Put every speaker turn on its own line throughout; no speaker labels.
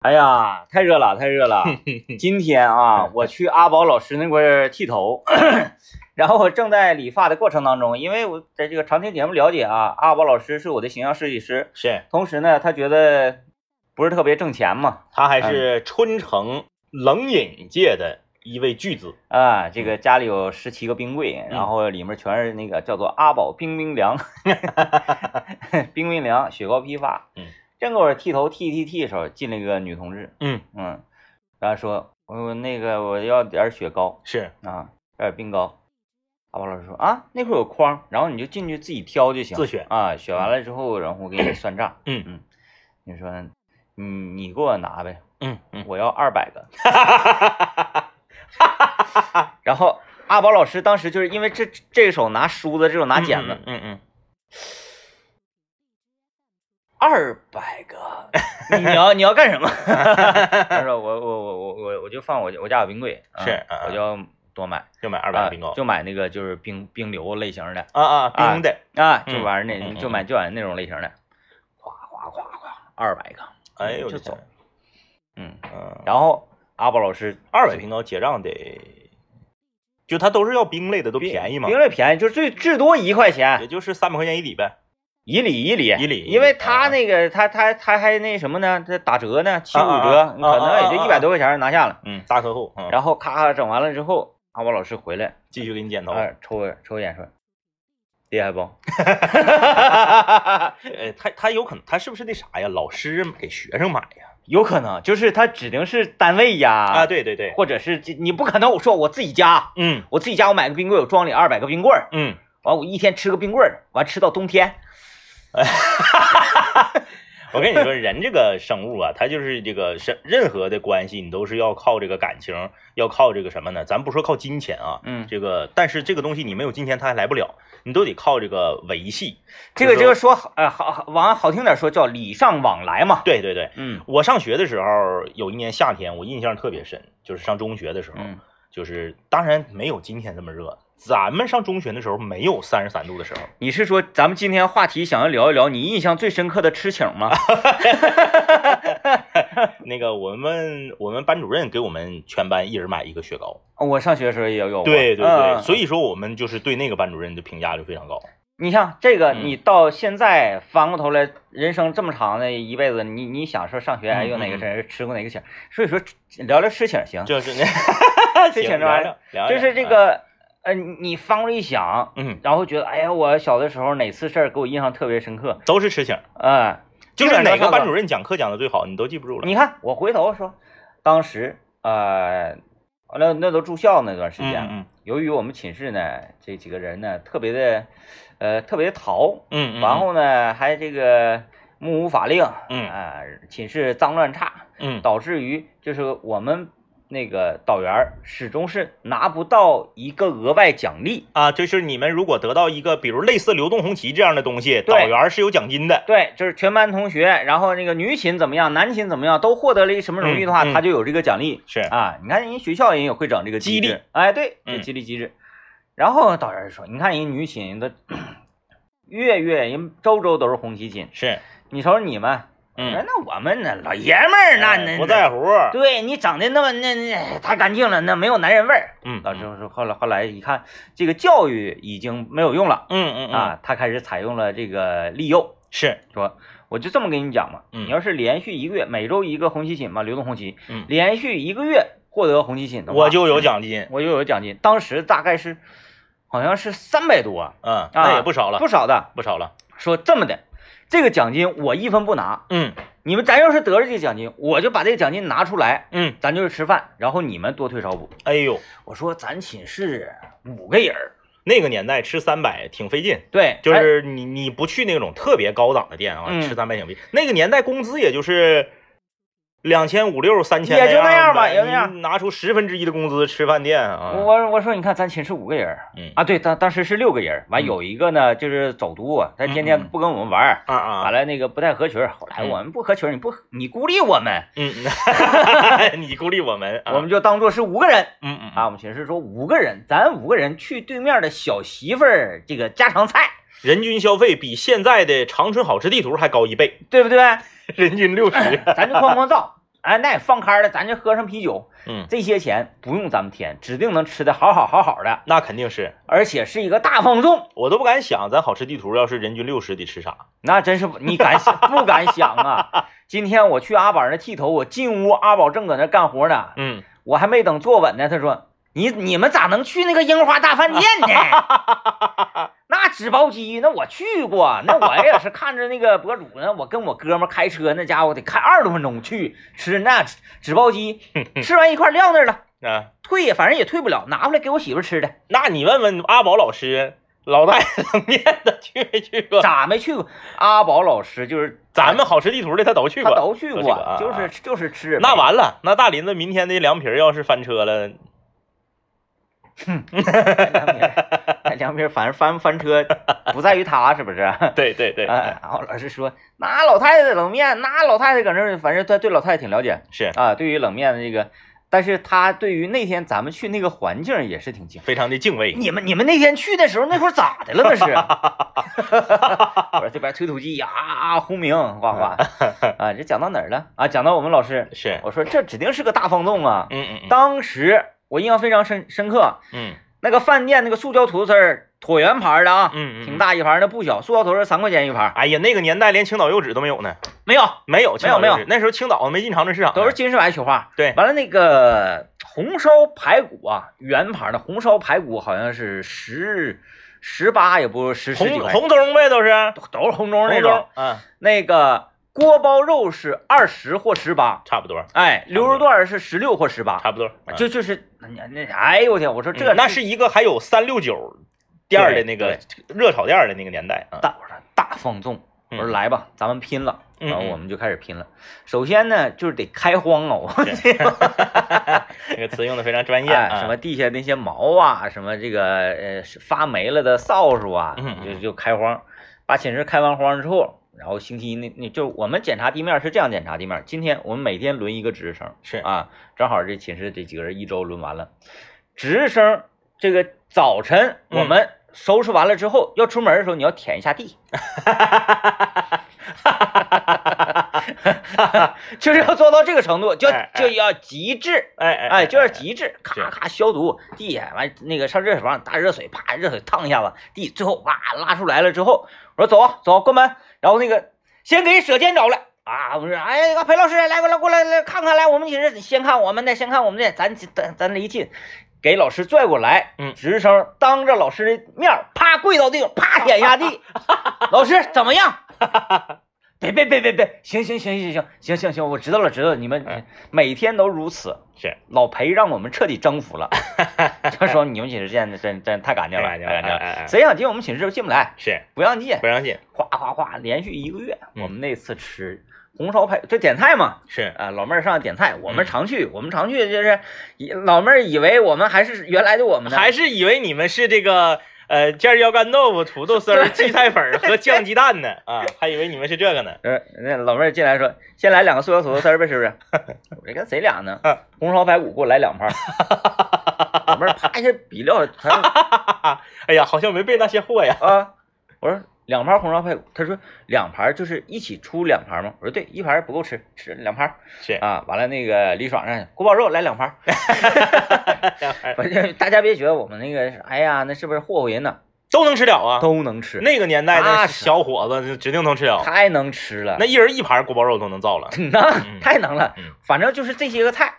哎呀，太热了，太热了！今天啊，我去阿宝老师那块儿剃头， 然后我正在理发的过程当中，因为我在这个常听节目了解啊，阿宝老师是我的形象设计师，
是
同时呢，他觉得不是特别挣钱嘛，
他还是春城冷饮界的一位巨子，
啊，这个家里有十七个冰柜，
嗯
然后里面全是那个叫做阿宝冰冰 凉，冰冰凉雪糕批发。
嗯，
正给我剃头剃剃剃的时候，进了一个女同志，
嗯，
嗯，然后说，我、我那个我要点儿雪糕
是
啊，要点儿冰糕。阿宝老师说啊，那会儿有筐，然后你就进去自己挑就行，
自选
啊，选完了之后，然后我给 你算账。
嗯
嗯，你说你你给我拿呗，
嗯嗯，
我要二百个。
哈，
然后阿宝老师当时就是因为这这手拿梳子，这手拿剪子，
嗯嗯，
二百个，你要你要干什 么？他说我我我我我我就放我我家有冰柜，啊
是嗯
我就要多买
就买二百
啊
冰糕，
就买那个就是冰冰流类型的
啊啊冰的，
啊，
嗯
就玩那、
嗯嗯
就买就买那种类型的，哗哗哗哗，二百个，
哎呦我
就
的
走
天，，
嗯，
嗯，
然后阿宝老师
二百冰糕结账得，就它都是要冰类的，都便宜嘛
冰，柜便宜，就是最至多一块钱，
也就是三百块钱一底呗，
以里以里
以里
因为他那个他他他还那什么呢？他打折呢，七五
啊
折，
啊
可能也
啊啊
就
啊
一百多块钱拿下了。
嗯，大客户，嗯，后
然后咔咔整完了之后，阿宝老师回来，
继续给你剪头，
啊，抽个抽烟说：“厉害 不？
呃，他他有可能，他是不是那啥呀？老师给学生买呀？
有可能就是他指定是单位呀，
啊，，对对对，
或者是这你不可能我说我自己家，
嗯
我自己家我买个冰柜，我装里二百个冰棍儿，
嗯。
完我一天吃个冰棍儿，完吃到冬天，
我跟你说，人这个生物啊，他就是这个是任何的关系，你都是要靠这个感情，要靠这个什么呢？咱不说靠金钱啊，
嗯，
这个，但是这个东西你没有金钱，他还来不了，你都得靠这个维系。
这个
就
这
是
个
说
说好呃好好往好听点说叫礼尚往来嘛，
对对对，
嗯
我上学的时候，有一年夏天，我印象特别深，就是上中学的时候，
嗯。”
就是当然没有今天这么热，咱们上中学的时候没有三十三度的时候，
你是说咱们今天话题想要聊一聊你印象最深刻的吃请
啊
吗？
那个我们我们班主任给我们全班一人买一个雪糕，
哦我上学的时候也有过。嗯
对对对，所
以
以说我们就是对那个班主任的评价就非常高。
你像这个，
嗯
你到现在翻过头来，人生这么长的一辈子，你你想说上学
嗯
哎有哪个事儿吃过哪个请？所以说聊聊 吃请行，
就是那
这挺
行
着
聊
玩意
聊啊聊
就
聊
是这，个呃，你翻过来一想，
嗯，
然后觉得哎呀，我小的时候哪次事儿给我印象特别深刻，
都是吃请，
嗯，
就是哪个班主
任？
任讲课讲的最好，你都记不住了。
你看我回头说，当时呃，那那都住校那段时间了。
嗯
由于我们寝室呢，这几个人呢特别的，呃，特别淘，
嗯嗯，
然后呢还这个目无法令，
嗯
啊、寝室脏乱差，
嗯
导致于就是我们那个导员儿始终是拿不到一个额外奖励。
啊，就是你们如果得到一个比如类似流动红旗这样的东西，导员是有奖金的。
对，就是全班同学，然后那个女寝怎么样，男寝怎么样，都获得了一什么荣誉的话，
嗯嗯
他就有这个奖励。
是
啊，你看人家学校人也会整这个机
激
制
励，
哎，对，
嗯
这激励机制。然后导员说，你看人家女寝的 月月人周周都是红旗锦，
是，
你瞅瞅你们，哎
嗯，
那我们呢，老爷们儿那
哎
那
不在乎。
对你长得那么那那太干净了，那没有男人味儿。
嗯，
老师说，后来后来一看，这个教育已经没有用了
嗯嗯嗯
啊，他开始采用了这个利诱，
是，
说我就这么跟你讲嘛，
嗯
你要是连续一个月每周一个红旗锦嘛，流动红旗，
嗯，
连续一个月获得红旗锦的话，嗯
我就有奖金，
我就有奖金。当时大概是好像是三百多啊，
嗯，那也不少了，
不少的。
不少了。
说这么的，这个奖金我一分不拿，
嗯
你们咱要是得了这个奖金，我就把这个奖金拿出来，
嗯，
咱就是吃饭，然后你们多退少补。
哎呦，
我说咱寝室五个人儿，
那个年代吃三百挺费劲。
对，
就
咱
是你你不去那种特别高档的店啊，
哎嗯
吃三百挺币。那个年代工资也就是两千五六三千，
也就那样吧
吧，
也就那样
你拿出十分之一的工资吃饭店啊，
我我说你看咱寝室五个人儿
嗯
啊，对，当当时是六个人儿，完
嗯
有一个呢就是走读啊，他天天不跟我们玩儿，
啊啊，
完了那个不太合群儿，后来
嗯
我们不合群儿，你不你孤立我们，
嗯， 你孤立我们，啊
我们就当做是五个人。
嗯嗯
啊，，我们寝室说五个人，咱五个人去对面的小媳妇儿这个家常菜，
人均消费比现在的长春好吃地图还高一倍，
对不对？哎
人均六十。
咱就哐哐造，哎，那也放开了，咱就喝上啤酒，
嗯，
这些钱不用咱们添，指定能吃的好好好好的，
那肯定是
而且是一个大放纵。
我都不敢想，咱好吃地图要是人均六十得吃啥？
那真是不你敢想不敢想啊！ 今天我去阿宝那剃头，我进屋，阿宝正搁那干活呢，
嗯，
我还没等坐稳呢，他说：“你你们咋能去那个樱花大饭店呢？ 那纸包鸡，那我去过，那我也是看着那个博主呢，我跟我哥们儿开车，那家伙得开二十多分钟去吃那纸纸包鸡， 吃完一块撂那儿了，
啊，
退也反正也退不了，拿回来给我媳妇 吃的，
那你问问阿宝老师，老太太 冷面的去没去过？
咋没去过？阿宝老师就是
咱们好吃地图的他都去
他
过。
都去
都去过啊
过，就是就是吃呗，
那完了，那大林子明天的凉皮儿要是翻车了，
凉皮儿，凉皮儿，反正翻翻 车不在于他是不啊是？
对对对，
哎，然后老师说，那老太太冷面，那老太太搁那儿，反正她对老太太挺了解
是
啊，对于冷面的这个，但是她对于那天咱们去那个环境也是挺惊讶。
非常的敬畏。
你们你们那天去的时候，那会儿咋的了？那是， 我说这边推土机呀啊啊轰鸣，哗 哗啊！这讲到哪儿了啊？讲到我们老师，
是，
我说这指定是个大风洞啊！
嗯嗯嗯
当时我印象非常深深刻，
嗯
那个饭店那个塑胶土豆丝儿椭圆盘儿的啊，
嗯嗯，
挺。大一盘儿，那不小，塑料土豆丝儿三块钱一盘儿，
哎呀，那个年代连青岛柚子都没有呢，
没有，
没有，青岛
没有
柚子那时候青岛没进长春市场呢，
都是金士牌雪花。
对
完了那个红烧排骨啊，圆盘儿的红烧排骨好像是十十八，也不十十几
红
块，
红中呗，都是
都都是红中那
红
种
中。，嗯，
那个锅包肉是二十或十八，
差不多，
哎，
多
牛肉段儿是十六或十八，
差不多，嗯
就就是那那哎呦我天，我说这
嗯那是一个还有三六九店儿的那个热炒店儿的那个年代啊。
大我说大放纵，我
嗯
说来吧，咱们拼了。
嗯
然后
嗯
我们就开始拼了。首先呢，就是得开荒哦，
这个词用的非常专业
哎
啊，
什么地下那些毛啊，什么这个呃是发霉了的扫帚啊
嗯，嗯
就就开荒。把寝室开完荒之后，然后星期一那那就我们检查地面是这样检查地面，今天我们每天轮一个值日生
是
啊，正好这寝室这几个人一周轮完了，值日生这个早晨
嗯
我们收拾完了之后、要出门的时候，你要舔一下 地。 就是要做到这个程度，就
哎哎
就要极致。
哎哎
哎，就是极致，
是
咔咔消毒地下，完那个上热水房打热水，啪热水烫一下子地，最后哇拉出来了之后，我说走啊走啊关门，然后那个先给舍监找来啊，我说哎那个裴老师来过来过来来看看来我们寝室先看我们的先看我们的，咱咱咱离近，给老师拽过来，
嗯
值日生当着老师的面儿啪跪到地上，啪舔下 地，老师怎么样？别别别别别，行行行行行行行行，我知道了知道了，你们
哎
每天都如此。
是
老裴让我们彻底征 服了，他说你们寝室现在真真太干净了，
哎
太干净了，
哎哎
谁想进我们寝室进不来，
是
不让进
不，让进，
哗哗哗，连续一个月，
嗯
我们那次吃红烧排，就点菜嘛，
是
啊，老妹儿上点菜，我们
嗯
常去，我们常去就是，以老妹儿以为我们还是原来的我们呢，
还是以为你们是这个呃尖椒干豆腐、土豆丝儿、荠菜粉儿和酱鸡蛋呢啊，还以为你们是这个呢。
呃，那老妹儿进来说，先来两个塑料土豆丝儿呗，是不 是？我这跟谁俩呢？红烧排骨给我来两 盘儿。老妹儿啪一下比料，她说
哎呀，好像没被那些货呀。
啊，我说两盘红烧排骨，他说两盘就是一起出两盘吗？我说对，一盘不够吃，吃两盘
是，
啊。完了那个李爽让锅包肉来两 盘， 不是大家别觉得我们那个是，哎呀，那是不是霍霍人呢？
都能吃了啊。
都能吃，
那个年代
那
的
是
小伙子就指定能吃了，
太能吃了
那，一人一盘锅包肉都能造了。
那太能了
嗯。
反正就是这些个菜，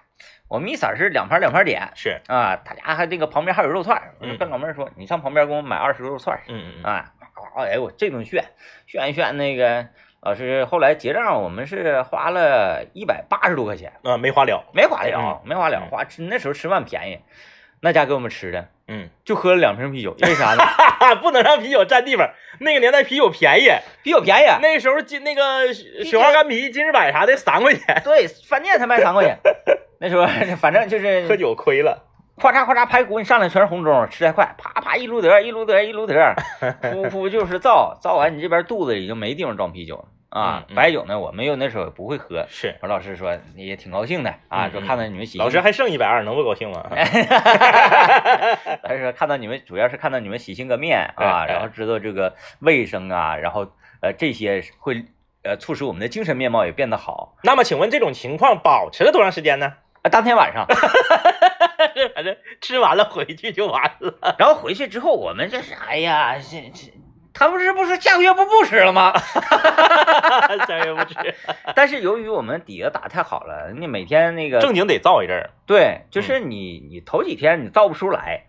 我们一色儿是两盘两盘点
是，
啊。他家还那个旁边还有肉串儿，我就
嗯
跟老妹儿说，你上旁边给我买二十个肉串儿。
嗯嗯嗯，
啊，哎呦，这顿炫炫一炫，那个老师后来结账，我们是花了一百八十多块钱，
啊，没花了。
没花了，没花了，
嗯
花吃那时候吃饭便宜，那家给我们吃的
嗯，
就喝了两瓶啤酒，为啥呢？
哈哈，不能让啤酒占地方。那个年代啤酒便宜，
啤酒便宜，啊
那时候金那个雪雪花干啤、金士百啥的三块钱，
对，饭店才卖三 块钱，那时候反正就是
喝酒亏了。
咔嚓咔嚓排骨，你上来全是红中，吃还快，啪啪一撸得一撸得一撸 得，噗噗就是造，造完你这边肚子已经没地方装啤酒了啊
嗯。嗯
白酒呢，我们又那时候也不会喝，
是，
我老师说也挺高兴的啊，
嗯
说看到你们喜庆，
老师还剩一百二，能不高兴啊吗？
哎老师说看到你们主要是看到你们洗心革面啊，
哎哎
然后知道这个卫生啊，然后呃这些会呃，促使我们的精神面貌也变得好。
那么请问这种情况保持了多长时间呢？
啊，当天晚上，
反正吃完了回去就完了。
然后回去之后，我们这是，哎呀，这这，他不是不是下个月不不吃了吗？
三月不吃，
但是由于我们底子打太好了，你每天那
正嗯
个
经得造一阵儿。
对，就是你你头几天你造不出来，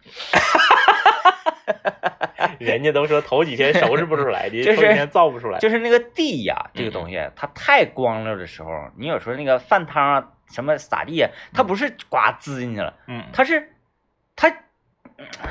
人家都说头几天收拾不出来，你
就
头
是
几天造不出来。嗯
就是那个地呀，这个东西它太光溜的时候，你有时候那个饭汤啊什么撒地呀，它不是呱滋进去了，
嗯，
它是它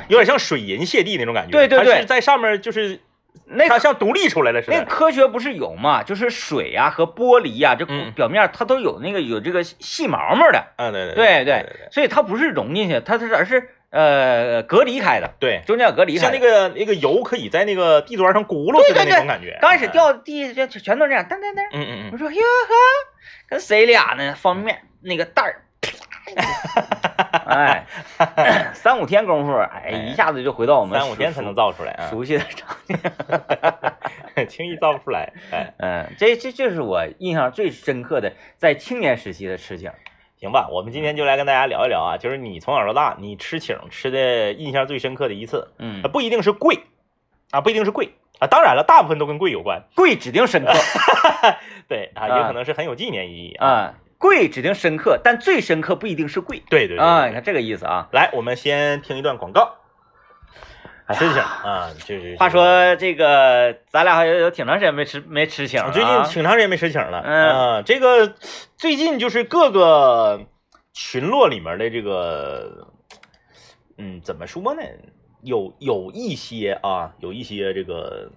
有点像水银泻地那种感觉。
对对对
它是在上面就是
那
它像独立出来了似
那
的。
科学不是有嘛，就是水呀、和玻璃呀、这
嗯
表面它都有那个有这个细毛毛的，
嗯，对
对
对
对，所以它不是融进去，它它是而是呃隔离开的，
对
中间有隔离
对，
开
像
的
那。个那个油可以在那个地砖上轱辘似的
对对
那种感觉。啊
刚开始掉地就就全都这样，噔噔噔。
嗯，嗯嗯
我
嗯，
说哟呵，跟谁俩呢？方便面那个袋儿，啪哎， 三五天功夫，哎，一下子就回到 我们
三五天才能
造
造出来啊，
熟悉的场景。
轻易造不出来。哎，
嗯，这这这是我印象最深刻的在青年时期的嗯吃景。
行吧，我们今天就来跟大家聊一聊啊，就是你从小到大你吃请吃的印象最深刻的一次，
嗯
啊，不一定是贵啊，不一定是贵啊，当然了，大部分都跟贵有关。
贵指定 深刻
对啊，
啊
也可能是很有纪念意义啊。
啊，贵指定深刻，但最深刻不一定是贵
对对对
啊。
对
你看这个意思啊。
来，我们先听一段广告。
哎呀
吃请啊，就是
话，说这个，咱俩还有有挺长时间没吃没吃请了
我
啊。
最近挺长时间没吃请了。
嗯
啊，这个最近就是各个群落里面的这个，嗯，怎么说呢？有有一些啊，有一些这个，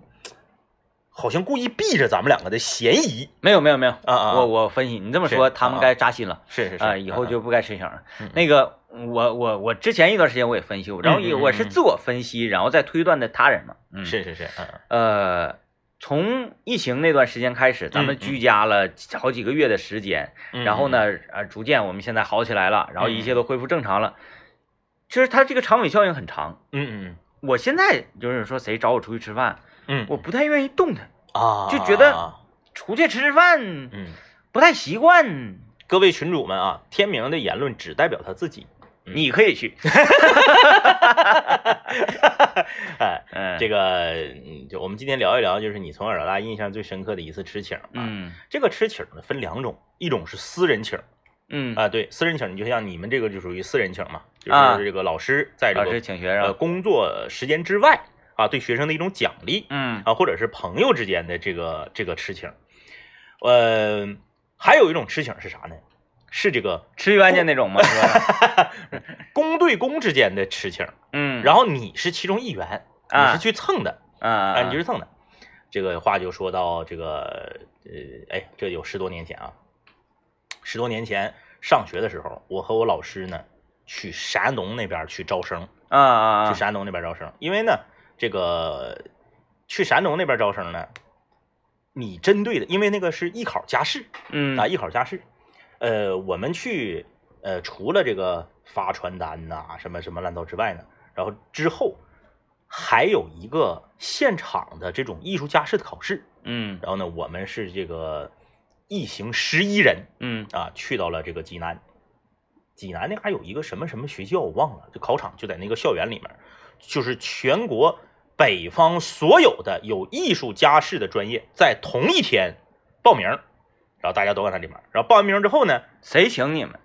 好像故意避着咱们两个的嫌疑
没有没有没有，
啊啊！
我我分析，你这么说，
是
他们
啊
该扎心了。
是是是
啊、以后就不该吃响了。
嗯嗯
那个，我我我之前一段时间我也分析过，然后也
嗯嗯嗯
我是自我分析，然后再推断的他人嘛。嗯，
是是是，嗯嗯
呃，从疫情那段时间开始，咱们
嗯嗯
居家了好几个月的时间，
嗯，
然后呢，呃，逐渐我们现在好起来了，然后
嗯嗯
一切都恢复正常了。其实它这个长尾效应很长。
嗯？嗯
我现在就是说，谁找我出去吃饭，
嗯嗯
我不太愿意动弹，
啊，
就觉得出去吃吃饭
嗯。
不太习惯。
各位群主们啊，天明的言论只代表他自己。嗯
你可以去，
哎，
嗯，
这
个，
个嗯就我们今天聊一聊，就是你从小到大印象最深刻的一次吃请啊。，
嗯
这个吃请呢分两种，一种是私人请
嗯
啊，对，私人请你就像你们这个就属于私人请嘛，就
啊
是这个老师在这
老师啊
个
请学
呃
生，
工作时间之外啊，对学生的一种奖励
嗯
啊，或者是朋友之间的这个这个吃请。呃，还有一种吃请是啥呢？是这个
吃冤家那种嘛，是吧？
公对公之间的吃请。
嗯，
然后你是其中一员，
啊
你是去蹭的，
啊啊，
你就是蹭的。这个话就说到这个，呃，哎，这有十多年前啊，十多年前上学的时候，我和我老师呢去山东那边去招生，
啊啊
去
啊，
山东那边招生，因为呢，这个去山东那边招生呢，你针对的，因为那个是艺考加试
嗯
啊，艺考加试，呃，我们去呃，除了这个发传单呐、什么什么乱糟之外呢，然后之后还有一个现场的这种艺术家式的考试。
嗯
然后呢，我们是这个一行十一人
嗯
啊，去到了这个济南。济南那还有一个什么什么学校我忘了，这考场就在那个校园里面，就是全国北方所有的有艺术家式的专业在同一天报名，然后大家都往那里面，然后报完名之后呢，
谁请你们？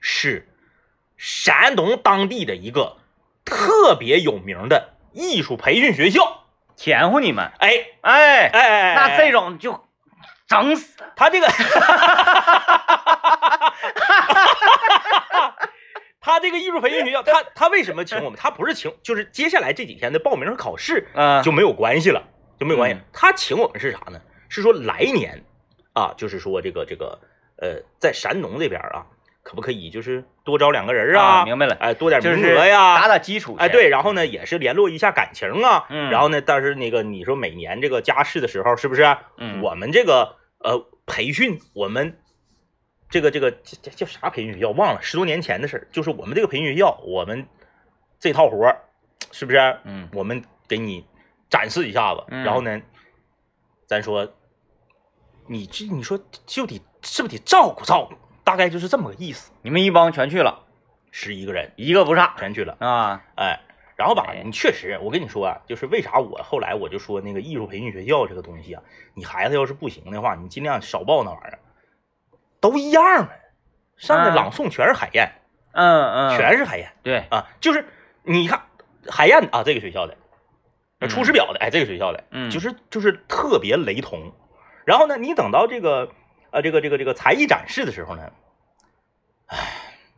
是山东当地的一个特别有名的艺术培训学校。
甜乎你们？
哎
哎，
哎哎，哎
那这种就整死。
他 这个，他这个艺术培训学校，他他为什么请我们？他不是请，就是接下来这几天的报名和考试
嗯，
就没有关系了，就没有关系
嗯。
他请我们是啥呢？是说来年啊，就是说这个这个呃，在山东这边啊，可不可以就是多招两个人
啊，
啊？
明白了，
哎，多点
就是
名额呀，
打打基础。
哎，对，，然后呢，也是联络一下感情啊。
嗯
然后呢，但是那个你说每年这个加试的时候，是不是、啊
嗯
我们这个呃培训，我们这个这个这这叫啥培训学校忘了，十多年前的事儿，就是我们这个培训学校，我们这套活儿是不是、啊
嗯
我们给你展示一下子，
嗯
然后呢，咱说你这你说就得是不是得照顾照顾？大概就是这么个意思。
你们一帮全去了，
十一个人
一个不差
全去了，
啊。
哎，然后吧
哎，
你确实，我跟你说啊，就是为啥我后来我就说那个艺术培训学校这个东西啊，你孩子要是不行的话，你尽量少报那玩意儿，都一样呗。上
啊
面朗诵全是海燕，
嗯嗯，
全是海燕
对，
啊，就是你看海燕啊，这个学校的，
嗯
出师表的，哎，这个学校的，
嗯
就是就是特别雷同。然后呢，你等到这个呃这个这个这个才艺展示的时候呢，唉，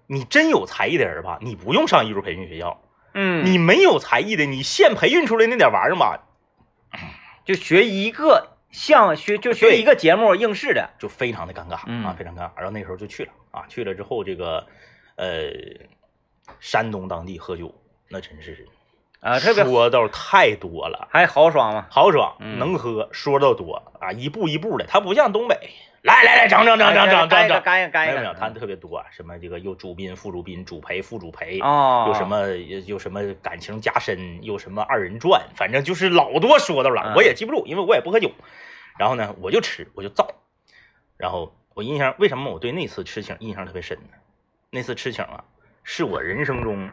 你真有才艺的人吧，你不用上艺术培训学校，
嗯，
你没有才艺的，你现培训出来那点玩意儿嘛，
就学一个像学就学
对
一个节目应试的，
就非常的尴尬、
嗯
啊，非常尴尬。然后那时候就去了啊，去了之后这个呃山东当地喝酒，那真是
啊，特别
说道太多了。
还豪爽嘛，
豪爽，
嗯
能喝，说的多啊，一步一步的，他不像东北，来来来，整整整整整
哎干一
整
个
整，
干一个干
没
一
有没
个
有，，他特别多，啊什么这个又主宾、副主宾、主陪、副主陪，
哦，
又什么又什么感情加深，又什么二人转，反正就是老多说道了
嗯，
我也记不住，因为我也不喝酒。然后呢，我就吃，我就造。然后我印象为什么我对那次吃请印象特别深呢？那次吃请啊，是我人生中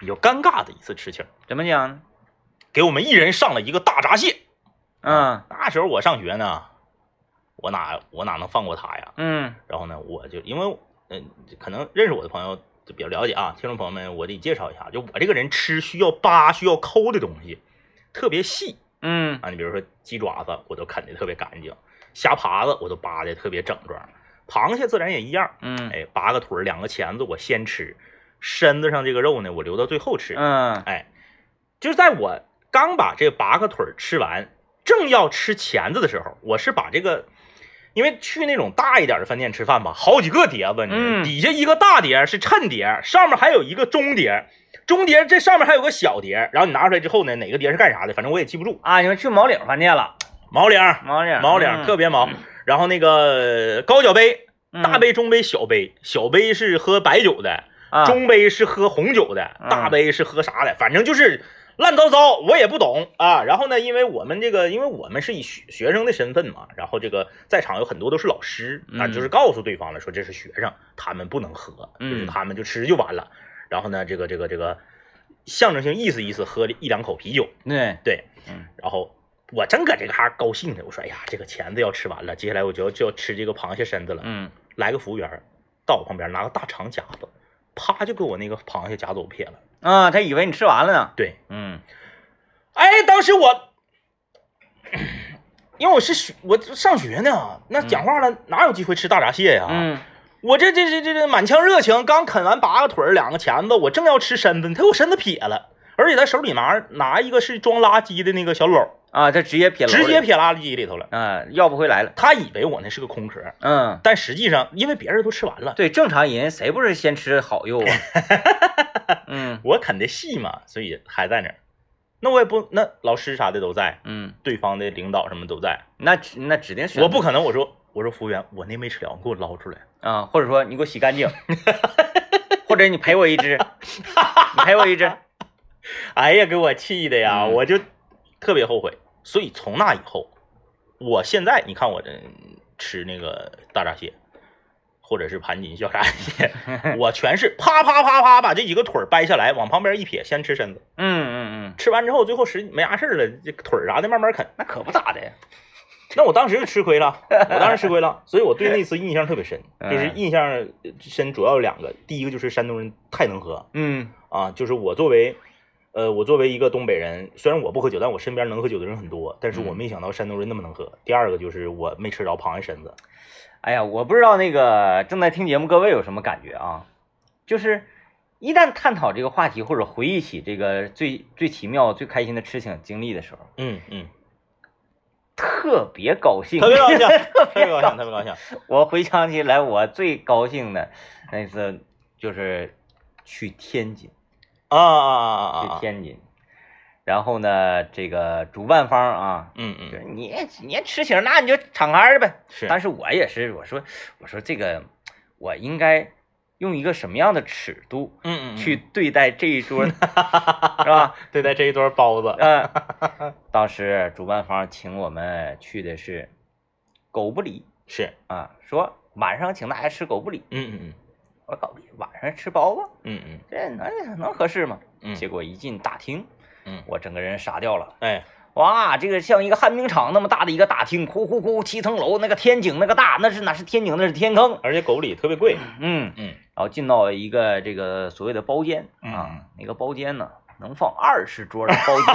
比较尴尬的一次吃请，
怎么讲呢？
给我们一人上了一个大闸蟹。
嗯
那时候我上学呢，我哪我哪能放过他呀？
嗯
然后呢，我就因为嗯、可能认识我的朋友就比较了解啊，听众朋友们，我得介绍一下，就我这个人吃需要扒、需要抠的东西特别细
嗯
啊。你比如说鸡爪子，我都啃的特别干净；虾爬子我都扒的特别整装；螃蟹自然也一样，
嗯
哎，八个腿儿两个钳子我先吃，身子上这个肉呢我留到最后吃。
嗯
哎，就是在我刚把这八个腿儿吃完，正要吃钳子的时候，我是把这个，因为去那种大一点的饭店吃饭吧，好几个碟子，你、
嗯
底下一个大碟是衬碟，上面还有一个中碟，中碟这上面还有个小碟，然后你拿出来之后呢，哪个碟是干啥的，反正我也记不住。
啊，你们去毛领饭店了？
毛领儿，
毛嗯领
毛领儿特
特
别毛，然后那个高脚杯。
嗯
大杯、中杯、小杯，小杯是喝白酒的，
啊
中杯是喝红酒的，
嗯
大杯是喝啥的，反正就是乱糟糟，我也不懂啊。然后呢，因为我们这个，因为我们是以学学生的身份嘛，然后这个在场有很多都是老师，
嗯
啊，就是告诉对方了，说这是学生，他们不能喝，就
嗯
是他们就吃就完了。然后呢，这个这个这个象征性意思意思，喝了一两口啤酒，
对，
对，
嗯
然后。我真搁这嘎高兴呢，我说哎呀，这个钳子要吃完了，接下来我就要就要吃这个螃蟹身子了。
嗯
来个服务员儿到我旁边拿个大长夹子，啪就给我那个螃蟹夹子我撇了。
啊，他以为你吃完了呢，
对，
嗯
哎，当时我， 因为我是学我上学呢，那讲话了、哪有机会吃大闸蟹呀、
嗯
我这这这这这满腔热情，刚啃完八个腿儿两个钳子，我正要吃身子，他给我身子撇了。而且他手里拿拿一个是装垃圾的那个小篓儿，
啊，他直接撇楼里，
直接撇垃圾里头了。
啊，要不回来了，
他以为我那是个空壳，
嗯。
但实际上因为别人都吃完了，
对，正常人谁不是先吃好肉啊？ 嗯
我啃的细嘛，所以还在那儿。那我也不，那老师啥的都在，
嗯，
对方的领导什么都在，
那指那指定选
我不可能我说我说服务员，我那没吃了，你给我捞出来。
啊，或者说你给我洗干净， 或者你赔我一只，你赔我一只。
哎呀，给我气的呀，
嗯
我就特别后悔。所以从那以后，我现在你看我这吃那个大闸蟹，或者是盘锦小闸蟹，我全是啪啪啪啪把这几个腿儿掰下来，往旁边一撇，先吃身子，
嗯嗯嗯，
吃完之后最后实没啥事儿了，这个腿儿啥的慢慢啃。
那可不咋的。
那我当时就吃亏了，我当时吃亏了，所以我对那次印象特别深，
嗯
就是印象深主要有两个，第一个就是山东人太能喝
嗯
啊，就是我作为，呃，我作为一个东北人，虽然我不喝酒，但我身边能喝酒的人很多，但是我
嗯
没想到山东人那么能喝。第二个就是我没吃着螃蟹身子，
哎呀，我不知道那个正在听节目各位有什么感觉啊？就是一旦探讨这个话题，或者回忆起这个最最奇妙、最开心的吃请经历的时候，
嗯嗯，
特别高兴，
特别高兴， 特
别
别高兴，特别高兴，
我回想起来，我最高兴的那次就是去天津，
啊啊啊啊啊
去
啊，
天津。然后呢，这个主办方啊，
嗯
就是
嗯，
你你吃请，那你就敞开儿呗。
是，
但是我也是，我说我说这个，我应该用一个什么样的尺度
嗯嗯，
去对待这一桌， 是吧？呃
对待这一桌包子，
嗯、当时主办方请我们去的是狗不理
是，
啊，说晚上请大家吃狗不理。
嗯嗯
我搞不定，晚上吃包子，
嗯嗯
这能能合适吗？
嗯
结
嗯
果一进大厅，
嗯，
我整个人傻掉了。
哎，
哇，这个像一个旱冰场那么大的一个大厅，呼呼呼，七层楼，那个天井那个大，那是哪是天井，那是天坑。
而且狗里特别贵，
嗯，
嗯
然后进到一个这个所谓的包间
嗯
啊，那个包间呢能放二十桌的包间，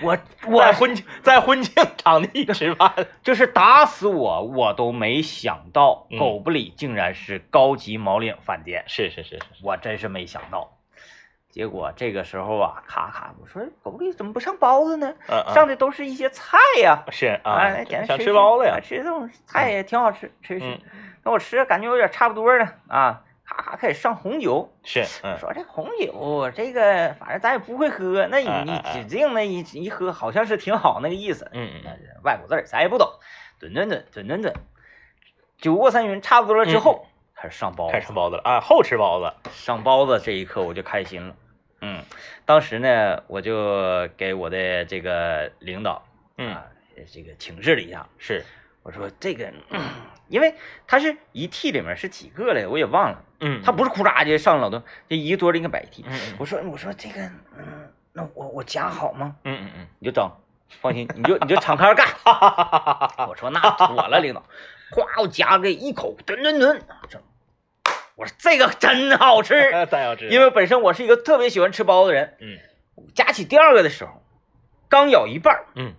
我
在
我
婚在婚庆场地吃饭，
就是打死我我都没想到
嗯
狗不理竟然是高级毛领饭店，
是是是是，
我真是没想到。结果这个时候啊，咔咔，我说狗不理怎么不上包子呢？
嗯嗯
上的都是一些菜呀、
是
哎
啊，
简直
想吃包子呀
啊，吃这种菜也挺好吃，吃吃
嗯。
那我吃感觉有点差不多了啊，咔咔开始上红酒，
是，嗯
说这红酒这个反正咱也不会喝，那
哎
你
哎哎
指定那一一喝好像是挺好那个意思，
嗯嗯
外国字儿咱也不懂，吨吨吨吨吨吨，酒过三巡差不多了之后，开始上包
嗯，
子，
开始吃包子了啊，后吃包子，
上包子这一刻我就开心了。嗯，当时呢，我就给我的这个领导
嗯
啊，这个请示了一下，
是，
我说这个，嗯因为他是一屉里面是几个来，我也忘了，
嗯，
他不是库嚓就上老多，这一个多应该摆一屉。
嗯，嗯
我说我说这个，嗯，那我我夹好吗？
嗯嗯嗯，
你就整，放心，你就你就敞开 干。
哈哈哈哈哈哈，
我说那妥了，领导，夸我夹个一口，吨吨吨，整我说这个真好 吃。
咱要吃，
因为本身我是一个特别喜欢吃包子的人，
嗯
夹起第二个的时候，刚咬一半儿，
嗯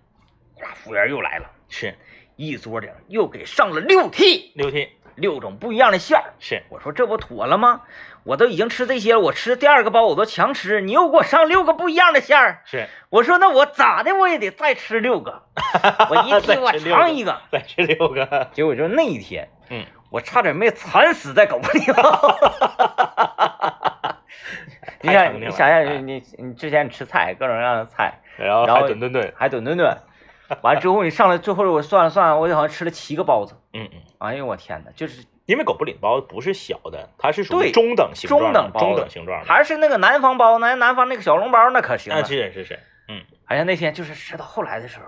哗，服务员又来了，
是
一桌顶又给上了六屉，
六天
六种不一样的馅儿。
是，
我说这不妥了吗？我都已经吃这些了，我吃第二个包我都强吃，你又给我上六个不一样的馅儿。
是
我说那我咋的我也得再吃六个，我一屉我尝一个。
再吃六个，
结果就那一天，
嗯，
我差点没惨死在狗不理。你
太
想，
疼
你
你了
想想，
哎
你你你之前吃菜各种各样的菜，
然后
然
还
后
顿顿顿，
还顿顿顿，完了之后你上来，最后我算了算，我好像吃了七个包子。
嗯嗯。
哎呦我天哪，就是
因为狗不理包子不是小的，它是属于
对
中等形
中
状的
等包
中
子
等形状的。
还是那个南方包，南南方那个小笼包那可行了
啊，。是是是，嗯，
哎呀，那天就是吃到后来的时候，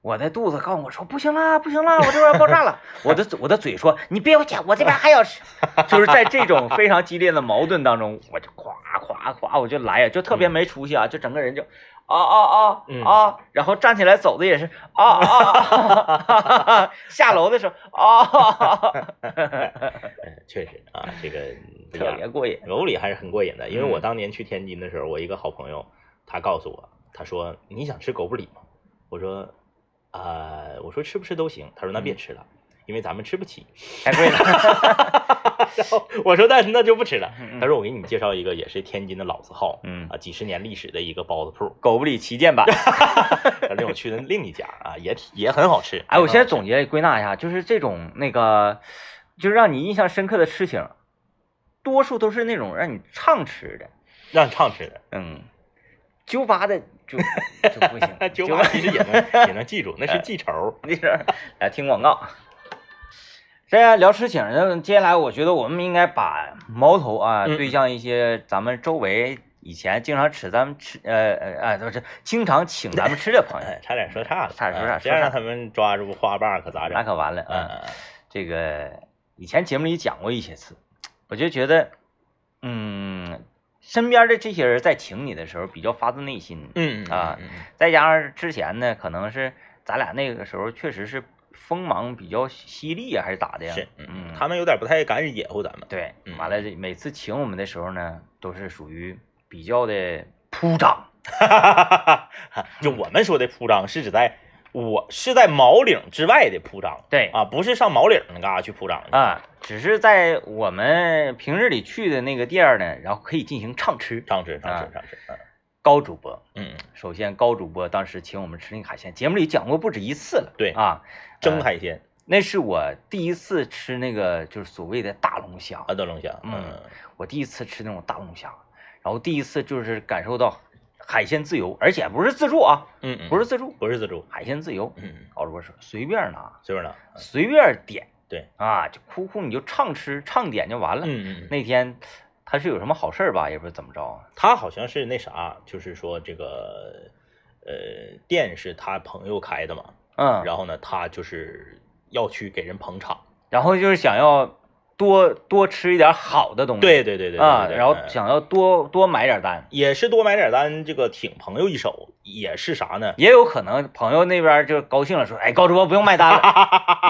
我的肚子告诉我说不行啦，不行啦，我这边要爆炸了。我的我的嘴说你别我讲，我这边还要吃。就是在这种非常激烈的矛盾当中，我就夸夸夸我就来呀，就特别没出息啊，就整个人就。啊啊
嗯
啊啊！然后站起来走的也是啊啊啊！下楼的时候啊啊，
哎确实啊， 这个不一
特别
样。
过瘾。
狗不理还是很过瘾的，因为我
嗯
当年去天津的时候，我一个好朋友他告诉我，他说你想吃狗不理吗？我说啊、呃我说吃不吃都行。他说那
嗯
别吃了，因为咱们吃不 起。
太贵了。
然后我说那那就不吃了。他
他
说我给你介绍一个也是天津的老字号，
嗯
啊，几十年历史的一个包子铺。
狗不理旗舰版。
他领我去的另一家啊，也挺也很好吃。
哎，我
也
现在
很好吃
总结归纳一下，就是这种那个，就是让你印象深刻的吃型，多数都是那种让你畅吃的，
让你畅吃 的。
嗯，酒吧的就就不
那
行，
酒
吧
吧其实也能也能记住，那是记仇。
那是来听广告。这样聊吃请，那接下来我觉得我们应该把矛头啊
嗯
对向一些咱们周围以前经常吃咱们吃呃呃啊，不是经常请咱们吃的朋友，
哎，差点说岔了，
差点说岔
啊
说
这样
岔
让他们抓住花瓣儿可咋整
那？可完了，嗯。
嗯
这个以前节目里讲过一些次，我就觉得，嗯，身边的这些人在请你的时候比较发自内心，
嗯嗯
啊
嗯嗯
再加上之前呢，可能是咱俩那个时候确实是锋芒比较犀利啊，还是咋的
嗯
呀？
是，
嗯，
他们有点不太敢惹乎咱 们。
对
嗯，
完了这每次请我们的时候呢，都是属于比较的铺张，
就我们说的铺张，是指在我是在毛领之外的铺张
对
啊，不是上毛领那嘎去铺张的
啊，只是在我们平日里去的那个店儿呢，然后可以进行畅吃。
畅吃畅
啊
吃畅吃。
高主播，
嗯嗯，嗯
首先，高主播当时请我们吃那个海鲜，节目里讲过不止一次了。
对
啊，
蒸海鲜
那是我第一次吃那个就是所谓的大龙虾，
啊，德龙虾。
嗯我第一次吃那种大龙虾，然后第一次就是感受到海鲜自由，而且不是自助啊，
嗯嗯，
不是自助，
不是自助，
海鲜自由。
嗯嗯，
高主播说随便拿，
随便拿。
随便点，
对
啊，就哭哭你就畅吃畅点就完了。
嗯嗯嗯，
那天他是有什么好事儿吧，也不知道怎么着啊，
他好像是那啥，就是说这个呃店是他朋友开的嘛，
嗯，
然后呢，他就是要去给人捧场，
然后就是想要多多吃一点好的东西，
对对对对
啊，
对对
然后
嗯
想要多多买点单，
也是多买点单，这个挺朋友一手，也是啥呢？
也有可能朋友那边就高兴了，说，哎，高主播不用卖单了，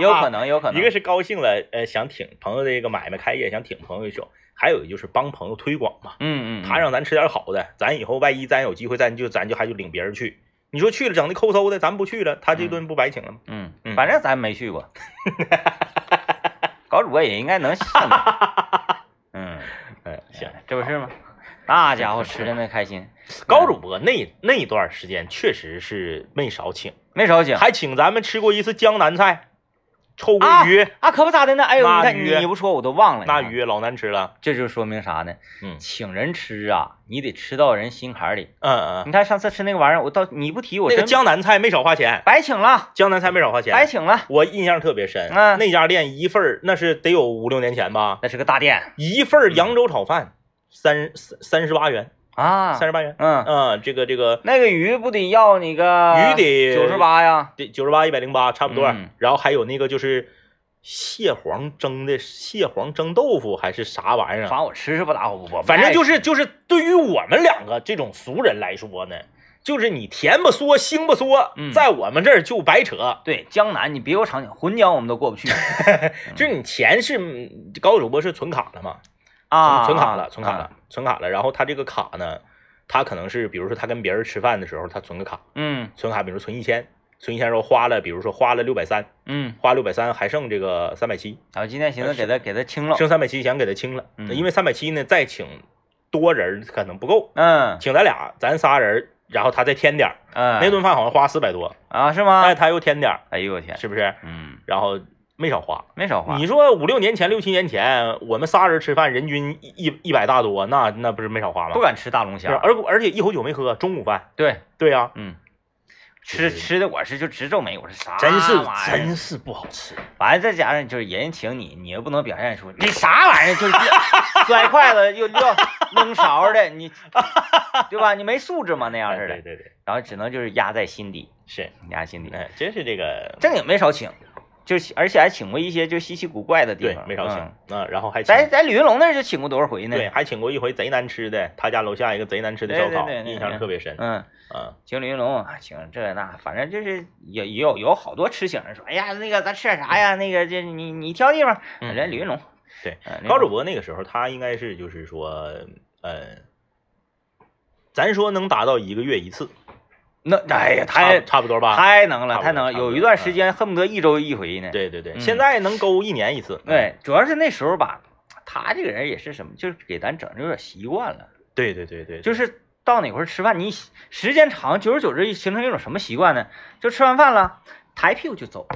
也有可能，也有可能，
一个是高兴了，呃，想挺朋友的这个买卖开业，想挺朋友一手；还有就是帮朋友推广嘛。
嗯，嗯嗯，
他让咱吃点好的，咱以后万一咱有机会，咱就咱就还就领别人去。你说去了整的抠搜的，咱不去了，他这顿不白请了吗？
嗯，
嗯
反正咱没去 过，搞主播也应该能信吧。 嗯，
哎，行，
这不是吗？那家伙吃的那开心，
高
哎
主播那那一段时间确实是没少请，
没少请。
还请咱们吃过一次江南菜，臭
啊
鳜鱼，
啊，可不咋的呢。哎呦，
那
你看
鱼
你不说我都忘了。
那
你看，
鱼老难吃了。
这就说明啥呢？
嗯
请人吃啊，你得吃到人心坎里。
嗯嗯，
你看上次吃那个玩意儿，我到你不提我
那个
真哎
江南菜没少花钱，
白请了，
江南菜没少花钱，
白请了。
我印象特别深，
嗯
那家店一份儿那是得有五六年前吧，
那是个大店
一份
嗯
儿扬州炒饭三三三十八元，
啊
三，十八元，
嗯，
嗯，这个这个
那个鱼不得要那个
鱼得
九十八呀，
得九十八一百零八差不多
嗯，
然后还有那个就是蟹黄蒸的蟹黄蒸豆腐还是啥玩意儿
反
啊，
正我吃是不咋火，我
反正就是是就是对于我们两个这种俗人来说呢。就是你甜不说，腥不说
嗯，
在我们这儿就白扯。
对江南，你别有场景，浑江我们都过不 去
就是你钱是嗯高主播是存卡的嘛，
啊，
存卡
啊
了，存卡，
啊
了，存卡了。然后他这个卡呢，他可能是比如说他跟别人吃饭的时候，他存个卡，
嗯
存卡，比如存一千，存一千，然后花了，比如说花了六百三，
嗯，
花六百三还剩这个三百七，
我今天寻
哎
思给他给他清了，
剩三百七想给他清了，
哦嗯
因为三百七呢再请多人可能不够，
嗯
请咱俩，咱仨人，然后他再添点儿，
嗯，
那顿饭好像花四百多，
啊是吗
但？是他又添点儿，
哎呦我天，
是不是？
嗯，
然后没少花。
没少花，
你说五六年前、六七年前，我们仨人吃饭，人均一一一百大多，那那不是没少花吗
不？敢吃大龙
是吧
虾，
而而且一口酒没喝，中午饭。
对，
对啊呀、
嗯，吃吃的我是就直皱眉，我是啥
真是
玩意儿
真是不好吃。
完了，再加上就是人请你，你又不能表现出你啥玩意儿，就是 摔筷子又撂扔勺的，你对吧？你没素质嘛那样
哎
似
对
的，
对对，
然后只能就是压在心底，
是，
压心底。
哎，真是这个，
正经没少请，就是而且还请过一些就稀奇古怪的地
对
方，，
没少请
嗯。
嗯，然后还请
在在李云龙那儿就请过多少回呢？
对，，还请过一回贼难吃的，他家楼下一个贼难吃的烧
对对
烤，
对对
印象特别深。
嗯，
嗯，
请李云龙，啊，请这那，反正就是也也有有好多吃醒的说，哎呀，那个咱吃点啥呀？那个这你你挑地方，人家李云龙，
嗯对
嗯，
高主播那个时候，他应该是就是说，呃，咱说能达到一个月一次，
那哎呀，
差
太
差不多吧？
太能
差
了，
不多
太能了！
差不多嗯
有一段时间恨不得一周一回呢。
对对对，
嗯
现在能勾一年一次。嗯
对，主要是那时候吧，他这个人也是什么，就是给咱整的有点习惯了，
对对对对，
就是是到哪块儿吃饭，你时间长，久而久之形成一种什么习惯呢？就吃完饭了，抬屁股就走。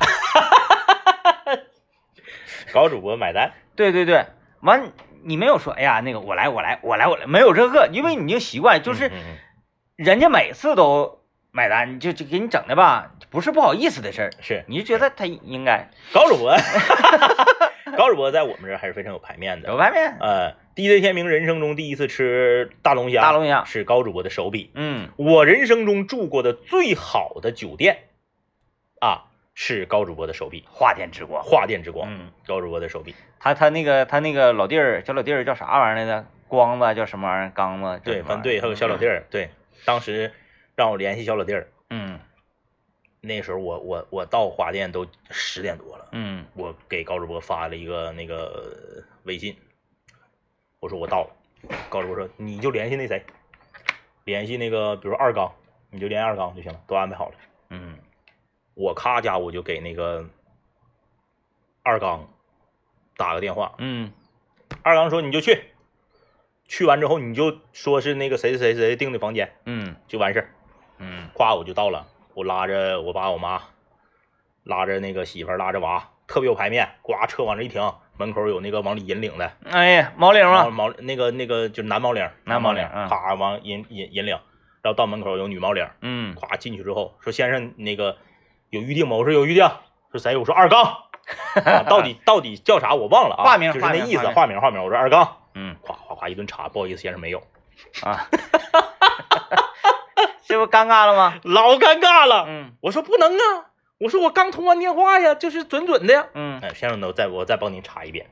搞主播买单。
对对对，完你没有说，哎呀，那个我来我来我来我来，没有这个，因为你就习惯，就是
嗯嗯
人家每次都买单，你就就给你整的吧，不是不好意思的事儿，
嗯是
你就觉得他应该
搞主播， 搞主播在我们这儿还是非常有排面的。
有外面
呃，DJ 天明人生中第一次吃大龙虾，
大龙虾，
是高主播的手笔。
嗯
我人生中住过的最好的酒店啊，是高主播的手笔，
花天之光，
华店之光，
嗯。
高主播的手笔。
他他那个他那个老弟儿，小老弟儿叫啥玩意儿来着？光子叫什么玩意儿？刚子叫
对，
什么玩意
反
儿
对，还有小老弟，儿，对，当时让我联系小老弟儿，
嗯
那时候我我我到华店都十点多了，
嗯
我给高主播发了一个那个微信，我说我到了，高主播说你就联系那谁，联系那个比如说二刚，你就联系二刚就行了，都安排好了。
嗯
我咔家我就给那个二刚打个电话，
嗯
二刚说你就去，去完之后你就说是那个谁谁谁订的房间
嗯
就完事儿，
嗯
夸我就到了，我拉着我爸我妈，拉着那个媳妇儿拉着娃，特别有排面，呱车往这一停，门口有那个往里引领的。
嗯，哎呀，毛领
毛
啊，
毛那个那个就是男毛领，
男
毛
毛领嗯
咔往引引引领，然后到门口有女毛领，
嗯，
咵进去之后说先生那个有预定吗？我说有预定，说谁？我说二刚， 啊到底到底叫啥我忘了啊，
化名
就是
化
那
名
意思，
化名
化名化名，我说二刚，
嗯
咵咵咵一顿查，不好意思先生没有，
啊，这不尴尬了吗？
老尴尬了，
嗯
我说不能啊，我说我刚通完电话呀，就是准准的呀。
嗯，
哎，先生呢，我再我再帮您查一遍，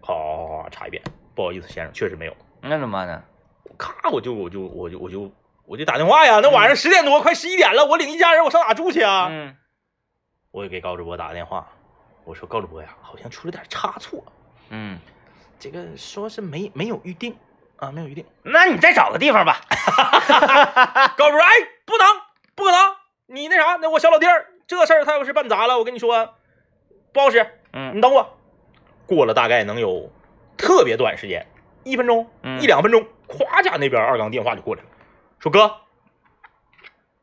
好查一遍，不好意思，先生确实没有。
那怎么办呢？
咔，我就我就我就我就我就打电话呀，那晚上十点多，快十一点了，我领一家人，我上哪住去啊？
嗯
我也给高主播打个电话，我说高主播呀，好像出了点差错，
嗯，
这个说是没没有预定啊，没有预定。
那你再找个地方吧。
高主任，哎，不能，不可能！你那啥，那我小老弟儿，这事儿他要是办砸了，我跟你说，不好使。
嗯
你等我。过了大概能有特别短时间，一分钟、
嗯
一两分钟，咵家那边二刚电话就过来了，说哥，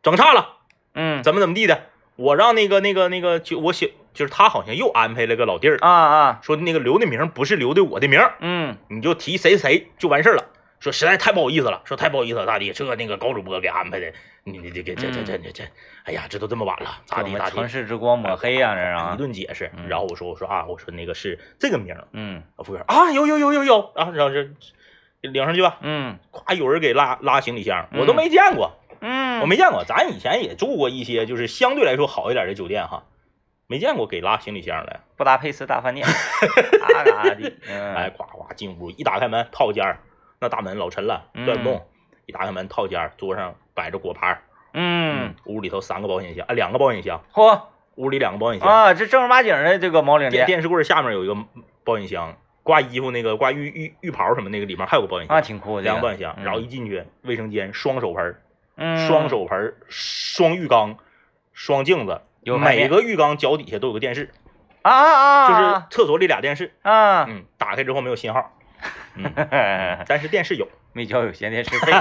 整差了，
嗯，
怎么怎么地的。我让那个那个那个，就我写，就是他好像又安排了个老弟儿，
啊啊，
说那个留的名儿不是留的我的名儿，
嗯
你就提谁谁就完事儿了。说实在太不好意思了，说太不好意思了，大弟，这那个高主播给安排的，你你这个这这这这这，哎呀，这都这么晚了，咋
这我
地
们
咋地
城，市之光抹黑呀，这是
一
啊。
顿解释
嗯。
然后我说我说啊，我说那个是这个名儿，
嗯
服务员啊，有有有有有啊，然后这领上去吧，
嗯
咵，有人给拉拉行李箱，
嗯
我都没见过，
嗯，
我没见过，咱以前也住过一些就是相对来说好一点的酒店哈，没见过给拉行李箱的，
布达佩斯大 饭店，嘎嘎的。嗯，
哎，咵咵进屋，一打开门套间儿，那大门老沉了，
嗯
拽不动。一打开门套间儿，桌上摆着果盘儿，
嗯，，
屋里头三个保险箱，啊，两个保险箱，
嚯
屋里两个保险箱，
啊，这正儿八经的这个毛领
电
店
电视柜儿下面有一个保险箱，挂衣服那个挂浴浴浴袍什么那个里面还有个保险箱，
啊，挺酷的。
两个保险箱，
嗯
然后一进去卫生间双手盆儿，
嗯，
双手盆儿，双浴缸，双镜子，
有排
每
便
个浴缸脚底下都有个电视，
啊啊
就
啊，
是厕所里俩电视，
啊，
嗯，打开之后没有信号，嗯，
嗯
但是电视有。
没交有线电视费。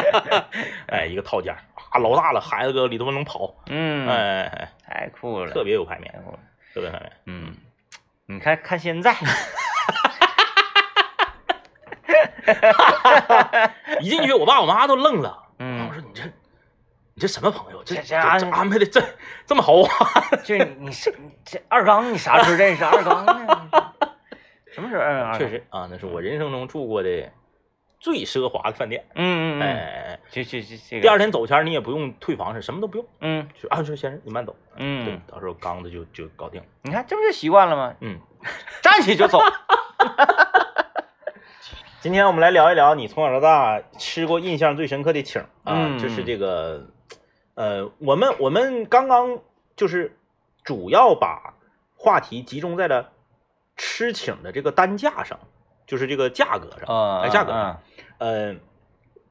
哎，一个套间儿啊，老大了，孩子搁里头能跑，哎
嗯，
哎，哎
太酷了，
特别有排面，
太酷了。
特别有排面。
嗯，你看看现在，
一进去，我爸我妈都愣了，我
嗯，
说你这你这什么朋友？这
这
这
家
这安排的这这么豪华？
就是你你是你这二刚，你啥时候认识二刚呢？ 什么时候认识二刚？
确，实啊，那是我人生中住过的最奢华的饭店。
嗯嗯
哎
嗯，
哎，哎
这这这这个，
第二天走前儿你也不用退房是什么都不用，
嗯
就啊，说先生你慢走，对
嗯，，
到时候刚子就就搞定了。
你看这不就习惯了吗？
嗯，
站起就 走。
今天我们来聊一聊你从小到大吃过印象最深刻的请儿啊，
嗯
就是这个，呃，我们我们刚刚就是主要把话题集中在了吃请的这个单价上，就是这个价格上，
啊
哎，价格上，
啊，
呃，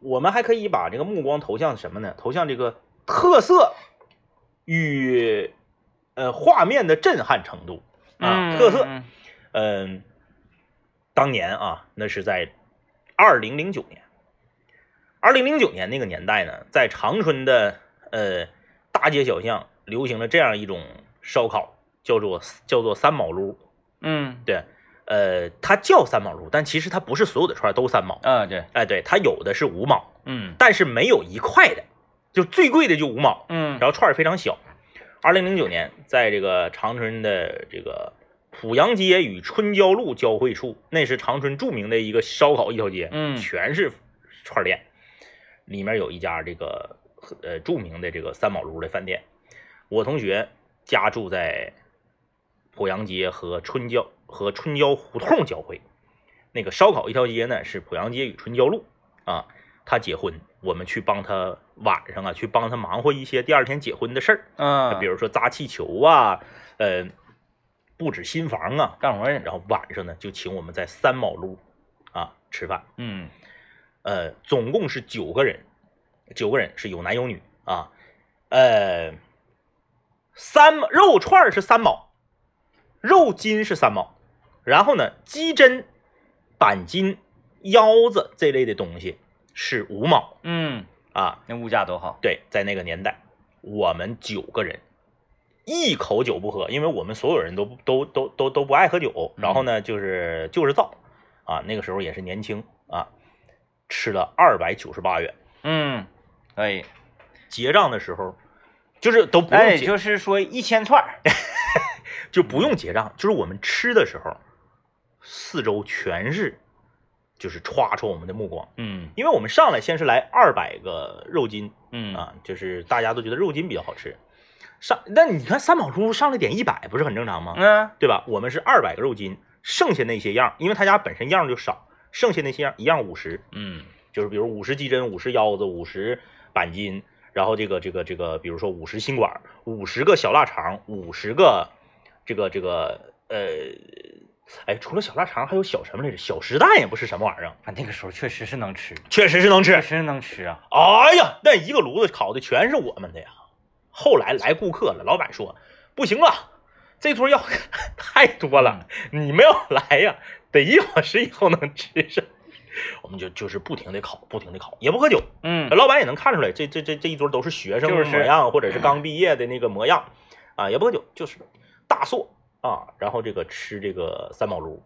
我们还可以把这个目光投向什么呢？投向这个特色与呃画面的震撼程度啊，
嗯
特色，
嗯
嗯，当年啊，那是在二零零九年，二零零九年那个年代呢，在长春的呃大街小巷流行了这样一种烧烤，叫做叫做三毛撸。
嗯，
对，呃，它叫三毛撸，但其实它不是所有的串儿都三毛。
啊对，
哎，对，它有的是五毛，
嗯
但是没有一块的，就最贵的就五毛。
嗯
然后串儿非常小。二零零九年，在这个长春的这个濮阳街与春娇路交汇处，那是长春著名的一个烧烤一条街，
嗯
全是串儿店，里面有一家这个呃著名的这个三宝炉的饭店。我同学家住在濮阳街和春娇和春娇胡同交汇，那个烧烤一条街呢是濮阳街与春娇路啊。他结婚，我们去帮他晚上啊去帮他忙活一些第二天结婚的事儿，
嗯，
啊比如说扎气球啊，呃，布置新房啊，
干活去，
然后晚上呢就请我们在三毛路啊吃饭，
嗯
呃，总共是九个人，九个人是有男有女啊，呃，三肉串儿是三毛，肉筋是三毛，然后呢，鸡胗、板筋、腰子这类的东西是五毛
嗯，
啊。
那物价多好，
对，在那个年代，我们九个人一口酒不喝，因为我们所有人都不都都都都不爱喝酒。
嗯
然后呢，就是就是造啊，那个时候也是年轻啊，吃了二百九十八元。
嗯，可以，
结账的时候，就是都不用
哎，
结，
就是说一千串儿，
就不用结账，就是我们吃的时候，四周全是就是歘戳我们的目光，
嗯
因为我们上来先是来二百个肉筋，
嗯
啊啊，就是大家都觉得肉筋比较好吃，上，那你看三宝猪上来点一百，不是很正常吗？
嗯
对吧？我们是二百个肉筋，剩下那些样儿，因为他家本身样儿就少，剩下那些样儿一样五十，
嗯
就是比如五十鸡胗、五十腰子、五十板筋，然后这个这个这个，比如说五十心管儿、五十个小腊肠、五十个这个这个呃，哎，除了小腊肠还有小什么来着？小石蛋也不是什么玩意儿，
啊，那个时候确实是能吃，
确实是能吃
确。实能吃啊。
哎呀，那一个炉子烤的全是我们的呀。后来来顾客了，老板说不行了，这桌要 太多
嗯
了，你们要来呀，得一小时以后能吃上。我们就就是不停的烤，不停的烤，也不喝酒。
嗯
老板也能看出来，这这这这一桌都是学生
就
模
是嗯
样，或者是刚毕业的那个模样，啊，也不喝酒，就是大硕啊，然后这个吃这个三宝炉，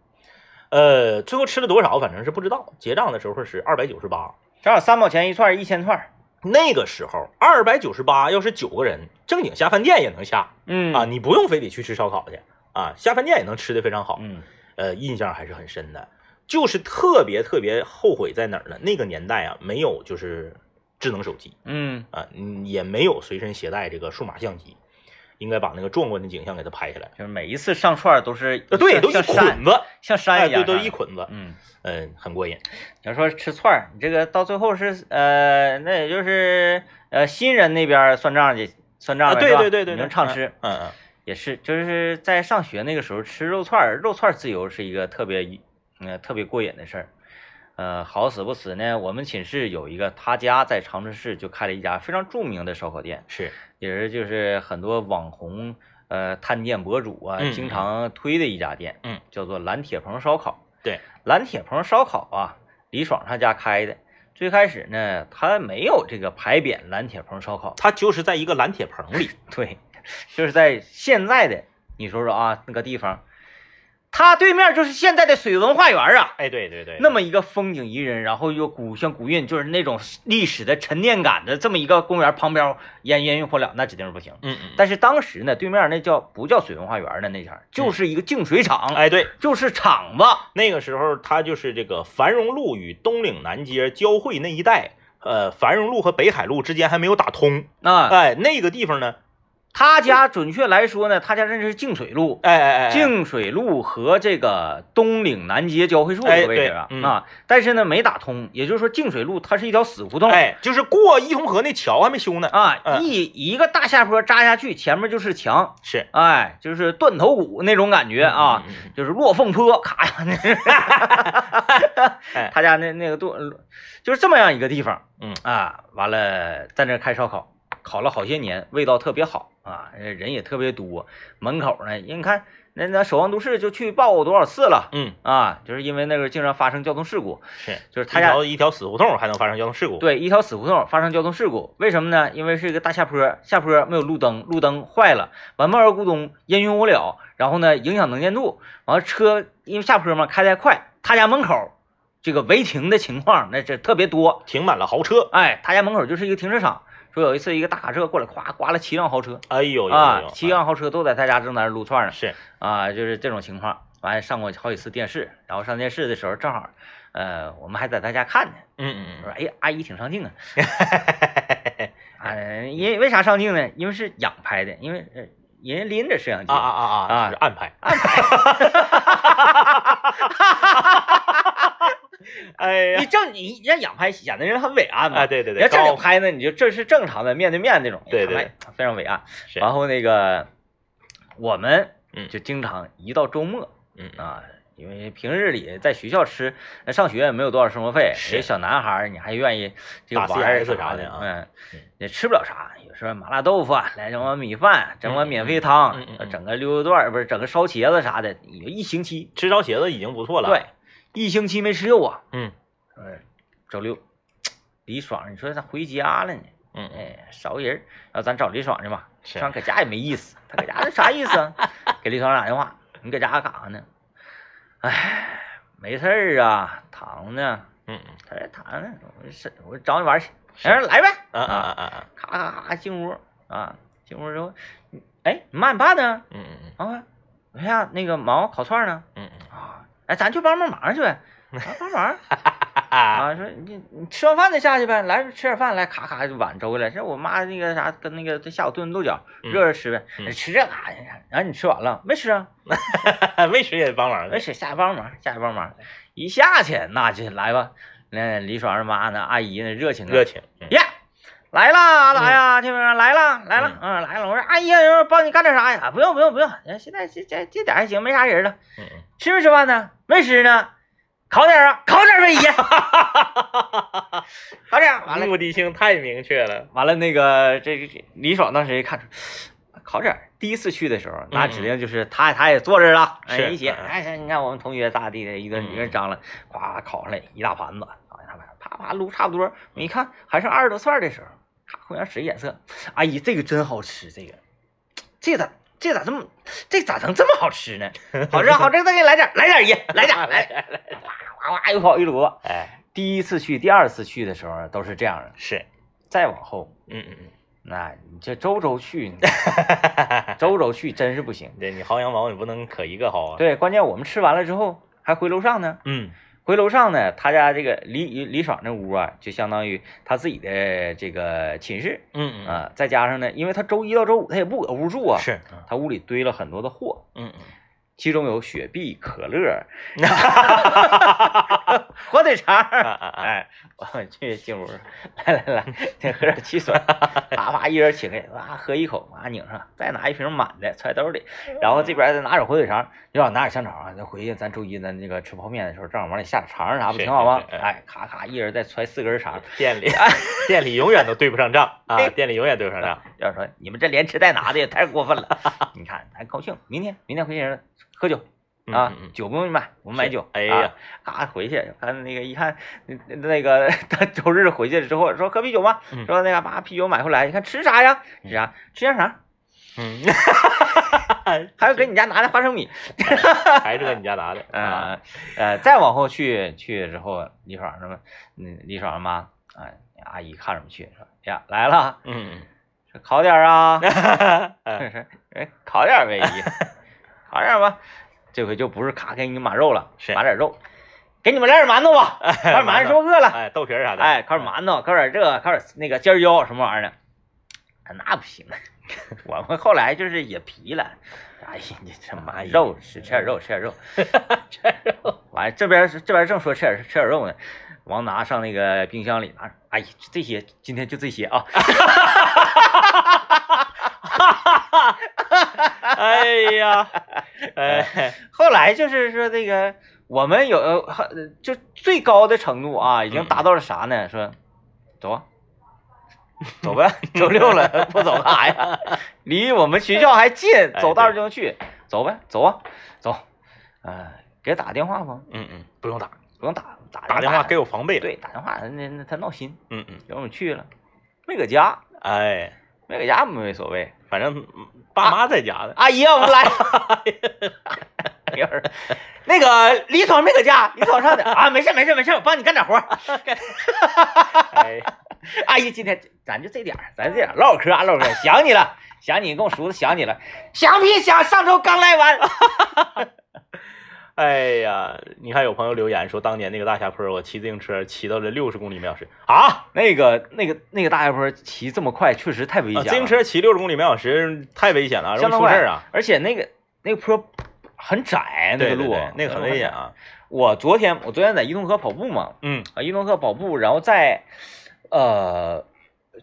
呃，最后吃了多少，反正是不知道。结账的时候是二百九十八，
正好三毛钱一串儿，一千串儿。
那个时候二百九十八，要是九个人正经下饭店也能下
嗯
啊，你不用非得去吃烧烤去啊，下饭店也能吃的非常好。
嗯
呃，印象还是很深的，就是特别特别后悔在哪儿呢？那个年代啊，没有就是智能手机
嗯
啊，嗯也没有随身携带这个数码相机，应该把那个壮观的景象给它拍下来。
就是每一次上串儿都是
呃，对，
像
都一
像山
捆子，
像山
哎，
一样上
对，都
来，
一捆子，
嗯。
嗯，很过瘾。
你要说吃串儿，你这个到最后是呃，那也就是呃新人那边儿算账去算账
啊，
呗
对
是吧
对对对，
你们
对
畅吃、，
嗯嗯，
也是，就是在上学那个时候吃肉串儿，肉串儿自由是一个特别呃特别过瘾的事儿。呃，好死不死呢，我们寝室有一个他家在长春市就开了一家非常著名的烧烤店，
是，
也是就是很多网红呃探店博主啊、
嗯
经常推的一家店，
嗯，
叫做蓝铁棚烧烤。
对，
蓝铁棚烧烤啊，李爽他家开的。最开始呢，他没有这个牌匾“蓝铁棚烧烤
它就是在一个蓝铁棚里，”，
对，就是在现在的你说说啊那个地方，它对面就是现在的水文化园啊，
哎，对对对，
那么一个风景宜人，然后又古香古韵，就是那种历史的沉淀感的这么一个公园旁边烟烟云火燎，那指定是不行。
嗯嗯，
但是当时呢，对面那叫不叫水文化园呢？那前儿就是一个净水厂，
哎，对，
就是厂子。
那个时候它就是这个繁荣路与东岭南街交汇那一带，呃，繁荣路和北海路之间还没有打通，
啊，
哎，那个地方呢，
他家准确来说呢，他家认识是净水路，
哎哎哎，哎，
净水路和这个东岭南街交汇处
哎
这个位置啊
对嗯
啊，但是呢没打通，也就是说净水路它是一条死胡同。
哎，就是过伊通河那桥还没修呢，
啊，
嗯
一一个大下坡扎下去，前面就是墙，
是
哎，就是断头谷那种感觉啊，，
嗯嗯嗯
就是落凤坡，咔呀，那是
哎
他家那那个多，就是这么样一个地方，
嗯
啊，完了在那儿开烧烤，烤了好些年，味道特别好啊，人也特别多，门口呢，你看那那守望都市就去报过多少次了
嗯，
啊，就是因为那个经常发生交通事故，
是，
就是他
一
家
条一条死胡同还能发生交通事故，，
对一条死胡同发生交通事故，为什么呢？因为是一个大下坡，下坡没有路灯，路灯坏了，完冒而咕咚，烟云火燎，然后呢影响能见度，完了车因为下坡嘛开太快，他家门口这个违停的情况那这特别多，
停满了豪车，
哎，他家门口就是一个停车场。说有一次一个大卡车过来，咵刮了七辆豪车
哎呦呦呦
啊
呦，，
七辆豪车都在他家正在那撸串呢。
是，
啊，就是这种情况。完上过好几次电视，然后上电视的时候正好，呃，我们还在他家看呢。
嗯
我说
嗯
哎呀，阿姨挺上 镜啊。
嗯，
啊，因为为啥上镜呢？因为是仰拍的，因为呃人家拎着摄像机
啊啊啊啊，就是暗拍，
暗拍。
哎
你
呀，
正你人家仰拍显得人很伟岸嘛。
啊对对对，
人家正
高
经拍呢，你就这是正常的面对面那种，
对对
哎，非常伟岸。
是
然后那个我们
嗯
就经常一到周末
嗯嗯
啊，因为平日里在学校吃，那上学也没有多少生活费，
是
人小男孩儿你还愿意这个
打
玩儿
CS
啥
啥的啊
嗯
嗯，
也吃不了啥，有时候麻辣豆腐啊，来整碗米饭，整碗免费汤呃
嗯嗯嗯嗯，
整个溜肉段儿不是整个烧茄子啥的，也一星期，
吃着茄子已经不错了，
对，，一星期没吃肉啊，
嗯
嗯，周六，李爽，你说他回家了呢？
嗯嗯，
哎，少人儿，然后咱找李爽去吧。
是
上搁家也没意思，他搁家那啥意思啊？给李爽打电话，你搁家干啥呢？哎，没事儿啊，躺呢。
嗯嗯
他这躺呢，我是我找你玩儿去。哎，来呗，
啊啊啊啊啊，
咔咔咔进屋啊，进屋之后，你哎，你妈你爸呢？哎
嗯嗯嗯
啊，我呀，那个忙烤串儿呢。
嗯嗯。
啊，哎，咱去帮帮忙去呗。啊，干嘛？
啊，
啊，说你你吃完饭再下去呗，来吃点饭，来咔咔就碗周过来。这我妈那个啥，跟那个她下午炖豆角，
嗯
热热吃呗。哎
嗯
吃这干啥呀？然后你吃完了没吃啊？
喂食也帮忙
没
的，
吃，下去帮忙，下去帮忙。一下去那就来吧，那李爽他妈那阿姨那热情啊，
热情，嗯
呀，来啦，来呀，听没听？来啦，来了，嗯，来了。我说阿姨，要帮你干点啥呀？不用不用不用，现在这这这点还行，没啥人了。
嗯嗯，
吃没吃饭呢？没吃呢。烤点啊，烤点呗，姨。烤点儿，完了
目的性太明确 了，
完了，那个这个这李爽当时一看出，烤点儿第一次去的时候，那指定就是他他也坐这儿了，哎
嗯是
一起，
嗯
哎，行你看我们同学咋地的，一顿
嗯
一顿张了，夸烤上来一大盘子，啊一大盘子啪啪撸差不多，我一看还剩二十多串儿的时候，咔，互相使眼色，阿姨这个真好吃，这个，这咋这咋这么这咋能这么好吃 呢？好吃好吃，再给你来点儿，来点儿姨，来点儿来，哗哗又烤一炉子。
哎，
第一次去，第二次去的时候都是这样的，
是，
再往后。
嗯嗯
那你这周周去， 你
嗯，
周周去真是不行。
对你薅羊毛，你不能可一个薅啊，，
对，关键我们吃完了之后还回楼上呢，
嗯，
回楼上呢，他家这个李李爽那屋啊，就相当于他自己的这个寝室
嗯嗯
啊、再加上呢，因为他周一到周五他也不搁屋住啊，
是，嗯
他屋里堆了很多的货，
嗯嗯，
其中有雪碧、可 乐、火腿肠儿。
啊啊 啊，
哎，我去进屋，来来来，先喝点汽水，啪啪，一人请个，哇，喝一口，哇，拧上，再拿一瓶满的揣兜里，然后这边再拿点火腿肠，又要拿点香肠啊，那回去咱周一咱那个吃泡面的时候，正好往里下点肠啥不
是
挺好吗
是？是
哎，咔咔，一人再揣四根肠。
店里
啊
店里永远都对不上账
哎
啊，店里永远对不上账，
要说你们这连吃带拿的也太过分了， 你看咱高兴，明天明天回去人喝酒。
嗯
啊
嗯嗯，
酒不用买，我们买
是
酒。
哎呀
啊，嘎回去，看那个一看，那那个 他周日回去之后说喝啤酒吗？
嗯
说那个把啤酒买回来，一看吃啥呀？吃啥？吃香肠，
嗯，
还有给你家拿的花生米。
还是搁你 家拿的啊，
呃呃，再往后去去之后，李爽他们，嗯，李爽他妈，哎，阿姨看着我去，说哎呀来了，
嗯嗯
说烤点儿 啊，
嗯，哎
哎烤点儿呗 姨，烤点儿吧。这回就不是咔给你码肉了，
是
码点肉，给你们来点馒头 吧，来点馒头，说饿 了。
哎，豆皮儿啥的，
哎，烤点馒头，烤点这个，烤点那个尖儿椒什么玩意儿的，啊 那不行，我们后来就是也皮了。哎呀，你这妈肉吃吃点肉，吃点 肉，吃点肉。 完了，这边是这边正说吃点吃点肉呢，王拿上那个冰箱里拿着，哎呀，就这些今天就这些啊，
哎 呀，哎，
后来就是说那个我们有呃就最高的程度啊，已经达到了啥
嗯
呢？说走啊，走 呗，周六了 不走干啥呀？离我们学校还近，
哎
走道就能去，走呗，走啊，走。呃，给打电话吗？
嗯嗯，不用打，
不用打，打
打电话给
我。
我防备了，
对，打电话那那他闹心，
嗯嗯，
然后我们去了，没搁家，
哎，
没搁家没所谓。
反正爸妈在 家的，
阿姨，啊我们来了。 一会儿，那个李爽没搁家，李爽上的啊，没事没事没事，我帮你干点活儿。
哎，
阿姨，今天咱就这点儿，咱这点儿唠会儿嗑啊，唠会儿嗑，想你了，想你，跟我叔子想你了，想屁想，上周刚来完。
哎呀，你看有朋友留言说，当年那个大下坡，我骑自行车骑到了六十公里每小时啊，
那个那个那个大下坡骑这么快，确实太危险
啊
了。
自行车骑六十公里每小时太危险了，容
相
易
当
出
快
事儿啊，
而且那个那个坡很窄，那
对
个
对
路
对，那个很危险。啊，
我昨天我昨天在伊通河跑步嘛，
嗯
啊，伊通河跑步，然后在呃，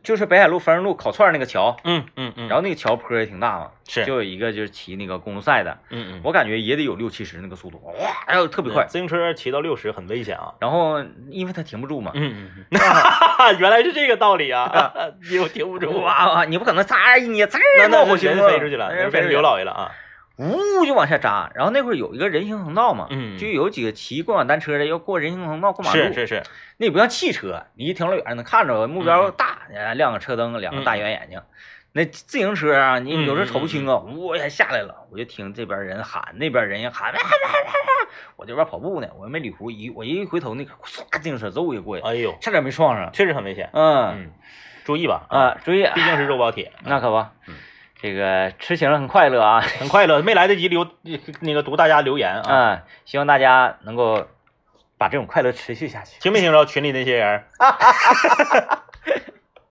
就是北海路繁荣路烤串儿那个桥，
嗯嗯嗯，
然后那个桥坡也挺大嘛，
是，
就有嗯一个就是骑那个公路赛的，
嗯嗯，
我感觉也得有六七十那个速度，哇，哎呦特别快。
自行车骑到六十很危险啊。
然后因为它停不住嘛，
嗯，嗯 原来是这个道理 啊！你又停不住啊，
哇哇，你不可能嚓一捏，嚓
那
冒
那
回
是
去
人
了
飞出去了，
人
人
飞
飞
出
出
去
刘
了，
老爷了啊！
呜就往下扎。然后那会儿有一个人行横道嘛，
嗯
就有几个骑共享单车的要过人行横道过马路，
是是是，
那也不像汽车，你一停老远能看着目
嗯
标大，呃亮个车灯，两个大圆眼睛。那自行车啊，你有时候瞅不
嗯
清啊，呜一下下来了，我就听这边人喊，那边人也喊， 哇哇哇哇哇我这边跑步呢，我没理会，一我一回头，那个唰自行车嗖就过去，
哎呦，
差点没撞上。
确实很危险。
嗯
嗯，注意吧，
啊，注意，
毕竟是肉包铁，
那可不
嗯，
这个痴情很快乐啊，嗯
很快乐，没来得及留那个读大家留言啊。
啊，希望大家能够把这种快乐持续下去。
听没听着群里那些人？